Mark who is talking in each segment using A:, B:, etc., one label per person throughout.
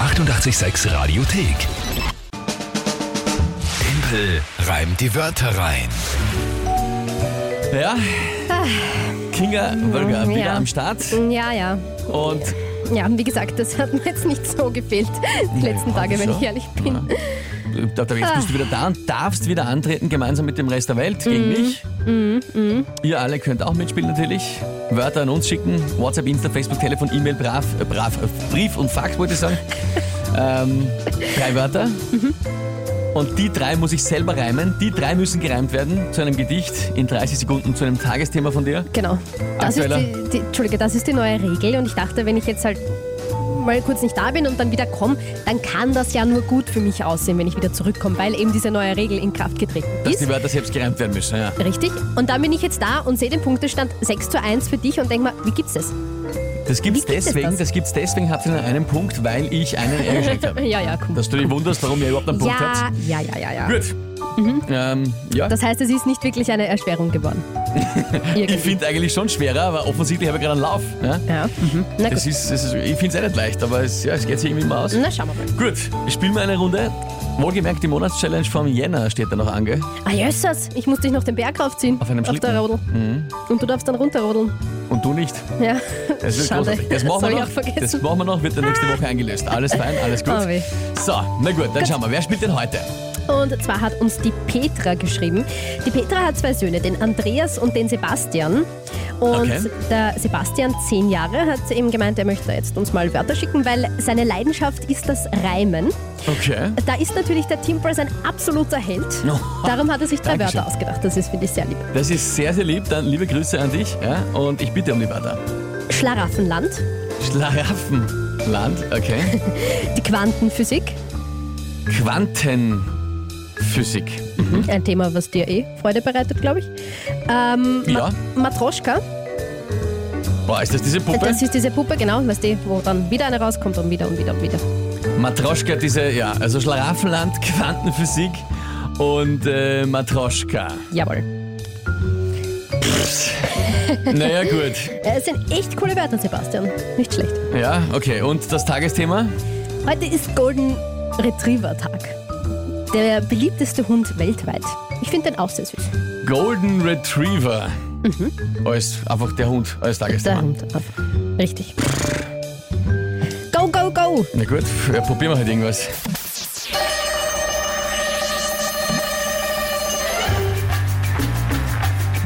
A: 886 Radiothek. Tempel reimt die Wörter rein.
B: Ja. Kinga Wölger wieder
C: ja.
B: am Start.
C: Ja, ja.
B: Und
C: Ja, wie gesagt, das hat mir jetzt nicht so gefehlt die letzten
B: Ja,
C: Tage, wenn
B: schon.
C: ich ehrlich bin.
B: da- da- jetzt bist du wieder da und darfst wieder antreten, gemeinsam mit dem Rest der Welt gegen
C: Mhm.
B: mich. Ihr alle könnt auch mitspielen natürlich. Wörter an uns schicken. WhatsApp, Insta, Facebook, Telefon, E-Mail, brav, äh, brav, äh, Brief und Fax, wollte ich sagen. ähm, drei Wörter.
C: Mhm.
B: Und die drei muss ich selber reimen. Die drei müssen gereimt werden zu einem Gedicht in 30 Sekunden zu einem Tagesthema von dir.
C: Genau. Das ist
B: Aktueller.
C: die, die, Entschuldige, das ist die neue Regel und ich dachte, wenn ich jetzt halt mal kurz nicht da bin und dann wieder komme, dann kann das ja nur gut für mich aussehen, wenn ich wieder zurückkomme, weil eben diese neue Regel in Kraft getreten
B: Dass
C: ist.
B: die Wörter selbst gereimt werden müssen. Ja.
C: Richtig. Und dann bin ich jetzt da und sehe den Punktestand 6 zu 1 für dich und denke mal, wie gibt's das?
B: Das gibt's
C: Wie gibt es
B: deswegen, das?
C: das?
B: gibt's deswegen, habt ihr nur einen Punkt, weil ich einen R geschenkt habe.
C: Ja, ja, komm.
B: Dass du dich wunderst, warum ihr überhaupt einen Punkt
C: Ja,
B: habt.
C: ja, ja, ja, ja.
B: Gut. Ähm, ja.
C: Das heißt, es ist nicht wirklich eine Erschwerung geworden.
B: ich
C: Irgendwie.
B: finde eigentlich schon schwerer, aber offensichtlich habe ich gerade einen Lauf. Ja?
C: Ja. Mhm. Na
B: Das
C: gut.
B: ist, das ist, ich finde es eh nicht leicht, aber es, ja, es geht sich irgendwie mal aus.
C: Na, schauen wir mal.
B: Gut, spielen wir eine Runde. Wohlgemerkt, die Monatschallenge vom Jänner steht da noch ange.
C: Ah, Jesus, ich muss dich noch den Berg raufziehen.
B: Auf einem
C: Auf
B: Schlitten. Mhm.
C: der Rodel. Und du darfst dann runterrodeln.
B: Und du nicht.
C: Ja.
B: Das wird
C: Schade.
B: großartig. Das machen,
C: habe
B: wir
C: ich
B: noch.
C: auch vergessen.
B: das machen wir noch, wird dann nächste Woche eingelöst. Alles fein, alles gut.
C: Oh weh.
B: so, na gut, dann schauen wir, wer spielt denn heute?
C: Und zwar hat uns die Petra geschrieben. Die Petra hat zwei Söhne, den Andreas und den Sebastian. Und
B: Okay.
C: der Sebastian, zehn Jahre, hat eben gemeint, er möchte jetzt uns mal Wörter schicken, weil seine Leidenschaft ist das Reimen.
B: Okay.
C: Da ist natürlich der Tim Price ein absoluter Held.
B: No.
C: Darum hat er sich drei
B: Dankeschön.
C: Wörter ausgedacht. Das ist, finde ich, sehr lieb.
B: Das ist sehr, sehr lieb. Dann liebe Grüße an dich ja? und ich bitte um die Wörter.
C: Schlaraffenland,
B: Schlaraffenland, okay.
C: die Quantenphysik,
B: Quantenphysik.
C: ein Thema, was dir eh Freude bereitet, glaube ich. Ähm,
B: Ja.
C: Matroschka,
B: Boah, ist das diese Puppe?
C: das ist diese Puppe, genau, weißt du, wo dann wieder eine rauskommt und wieder und wieder und wieder.
B: Matroschka, diese, ja, also Schlaraffenland, Quantenphysik und äh, Matroschka.
C: Jawohl.
B: Naja, gut.
C: Ja, Äh, Es sind echt coole Wörter, Sebastian. Nicht schlecht.
B: Ja, okay. Und das Tagesthema?
C: Heute ist Golden Retriever Tag. Der beliebteste Hund weltweit. Ich finde den auch sehr süß.
B: Golden Retriever. Als einfach der Hund als
C: Mhm. Der
B: Tagesthema.
C: Hund. einfach. Richtig. Go, go, go!
B: Na gut, ja, probieren wir halt irgendwas.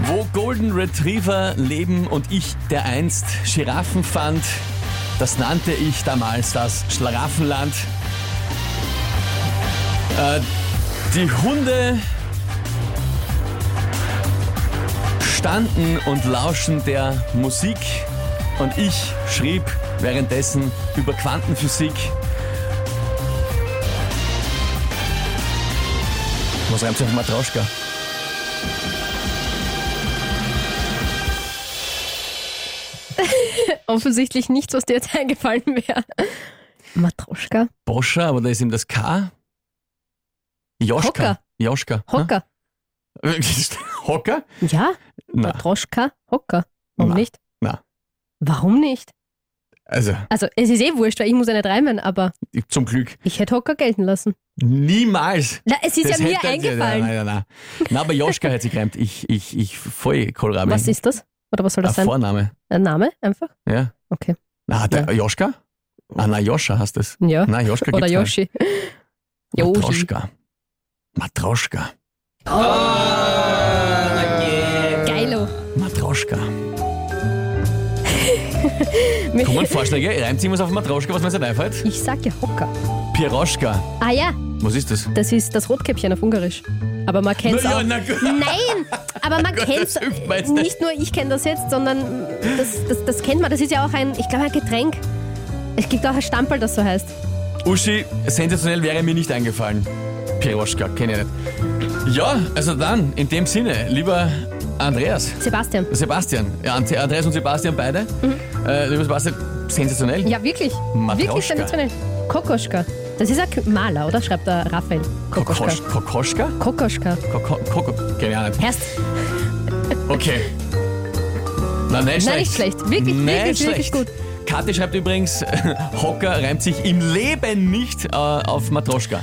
B: Wo Golden Retriever leben und ich der einst Giraffen fand, das nannte ich damals das Schlaraffenland. Äh, die Hunde standen und lauschten der Musik und ich schrieb währenddessen über Quantenphysik. Was reimt sich auf Matroschka?
C: Offensichtlich nichts, was dir jetzt eingefallen wäre. Matroschka?
B: Boscha, aber da ist ihm das K. Joschka.
C: Hocker.
B: Joschka.
C: Hocker.
B: ne? Hocker?
C: Ja,
B: Na,
C: Matroschka, Hocker. Warum
B: Na,
C: nicht?
B: na.
C: Warum nicht?
B: also
C: Also, es ist eh wurscht, weil ich muss eine reimen, aber
B: zum Glück
C: ich hätte Hocker gelten lassen.
B: niemals.
C: Na, es ist
B: Das
C: ja mir
B: hätte-
C: eingefallen.
B: Nein, nein, nein. Na, aber Joschka hätte sie gereimt. Ich, ich, ich, voll Kohlrabi.
C: Was ist das? Oder was soll das
B: Ein
C: sein?
B: Vorname.
C: Ein Name einfach?
B: Ja.
C: Okay.
B: Na, der Joschka? Ah, na, Joscha heißt es.
C: Ja.
B: Na, Joschka
C: Oder
B: gibt's gar nicht.
C: Yoshi. Yoshi.
B: Matroschka. Matroschka.
C: Geilo.
B: Matroschka. Kommen Vorschläge? Reimt sich was auf Matroschka, was mir jetzt nicht einfällt?
C: Ich sag ja Hocker.
B: Piroschka.
C: Ah ja,
B: Was ist das?
C: das ist das Rotkäppchen auf Ungarisch. Aber man kennt's
B: Na ja,
C: auch.
B: na gut.
C: Nein, aber man kennt's.
B: das hilft mir jetzt nicht.
C: Nicht nur ich kenne das jetzt, sondern das, das, das kennt man. Das ist ja auch ein, ich glaube, ein Getränk. Es gibt auch ein Stamperl, das so heißt.
B: Uschi, sensationell wäre mir nicht eingefallen. Piroschka, kenne ich nicht. Ja, also dann, in dem Sinne, lieber Andreas,
C: Sebastian.
B: Sebastian, ja, Ante- Andreas und Sebastian beide. Äh, lieber Sebastian, sensationell.
C: Mhm. Ja, wirklich.
B: Matroschka.
C: Wirklich sensationell. Kokoschka. Das ist ein K- Maler, oder? Schreibt der Raphael. Kokoschka.
B: Kokosch- Kokoschka?
C: Kokoschka.
B: Koko- Koko- Kenne ich auch nicht.
C: Herst.
B: Okay. Na, nicht schlecht.
C: Nein, nicht schlecht. Wirklich,
B: Nicht
C: wirklich, wirklich
B: schlecht.
C: gut.
B: Kathi schreibt übrigens, Hocker reimt sich im Leben nicht äh, auf Matroschka.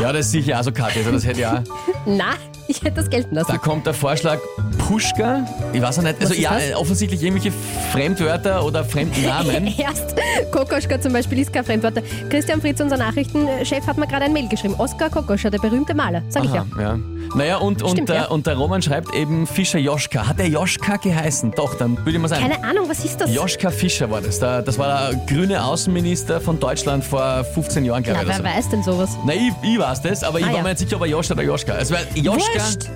B: Ja, das ist sicher, also Kathi, also das hätte ja.
C: Na, ich hätte das gelten
B: Da
C: lassen.
B: kommt der Vorschlag Puschka. Ich weiß auch nicht. Also
C: ist
B: ja,
C: das?
B: offensichtlich irgendwelche Fremdwörter oder Fremdnamen.
C: Erst Kokoschka zum Beispiel ist kein Fremdwort. Christian Fritz, unser Nachrichtenchef, hat mir gerade ein Mail geschrieben. Oskar Kokoschka, der berühmte Maler, sag ich ja.
B: Aha, ja. Naja, und, und,
C: Stimmt,
B: der,
C: ja.
B: und der Roman schreibt eben Fischer Joschka. Hat der Joschka geheißen? Doch, dann würde ich mal sagen.
C: Keine Ahnung, was ist das?
B: Joschka Fischer war das. Der, das war der grüne Außenminister von Deutschland vor 15 Jahren, glaube
C: Na,
B: ich.
C: wer
B: oder so.
C: weiß denn sowas?
B: Na, ich, ich weiß das, aber ich
C: Ah,
B: war
C: ja.
B: mir nicht sicher, ob er Joschka oder Joschka. Es war Joschka.
C: Wurscht.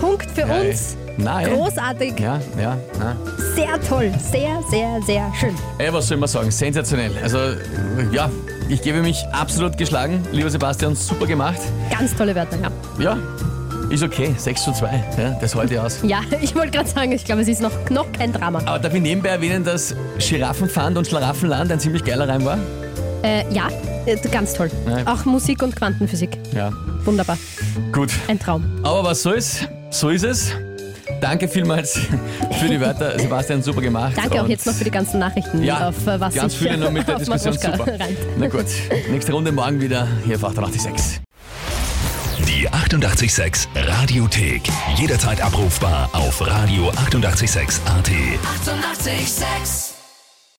C: Punkt für
B: Ja,
C: uns.
B: Nein.
C: Großartig.
B: Ja, ja, ja.
C: Sehr toll. Sehr, sehr, sehr schön.
B: Ey, was soll man sagen? Sensationell. Also, ja, ich gebe mich absolut geschlagen. Lieber Sebastian, super gemacht.
C: Ganz tolle Wörter, ja.
B: Ja, ist okay. 6 zu 2. Ja, das halte ich aus.
C: Ja, ich wollte gerade sagen, ich glaube, es ist noch, noch kein Drama.
B: Aber darf ich nebenbei erwähnen, dass Giraffenpfand und Schlaraffenland ein ziemlich geiler Reim war?
C: Äh, ja, äh, ganz toll.
B: Ja.
C: Auch Musik und Quantenphysik.
B: Ja.
C: Wunderbar.
B: Gut.
C: Ein Traum.
B: Aber was soll's? So ist es. Danke vielmals für die Wörter. Sebastian, super gemacht.
C: Danke auch
B: Und
C: jetzt noch für die ganzen Nachrichten,
B: ja,
C: auf äh, was
B: ganz
C: ich
B: viele noch mit der
C: auf
B: Diskussion.
C: Matroschka
B: Super.
C: reimt.
B: Na gut, nächste Runde morgen wieder hier auf 886.
A: Die 886 Radiothek. Jederzeit abrufbar auf radio886.at. 886!
D: 886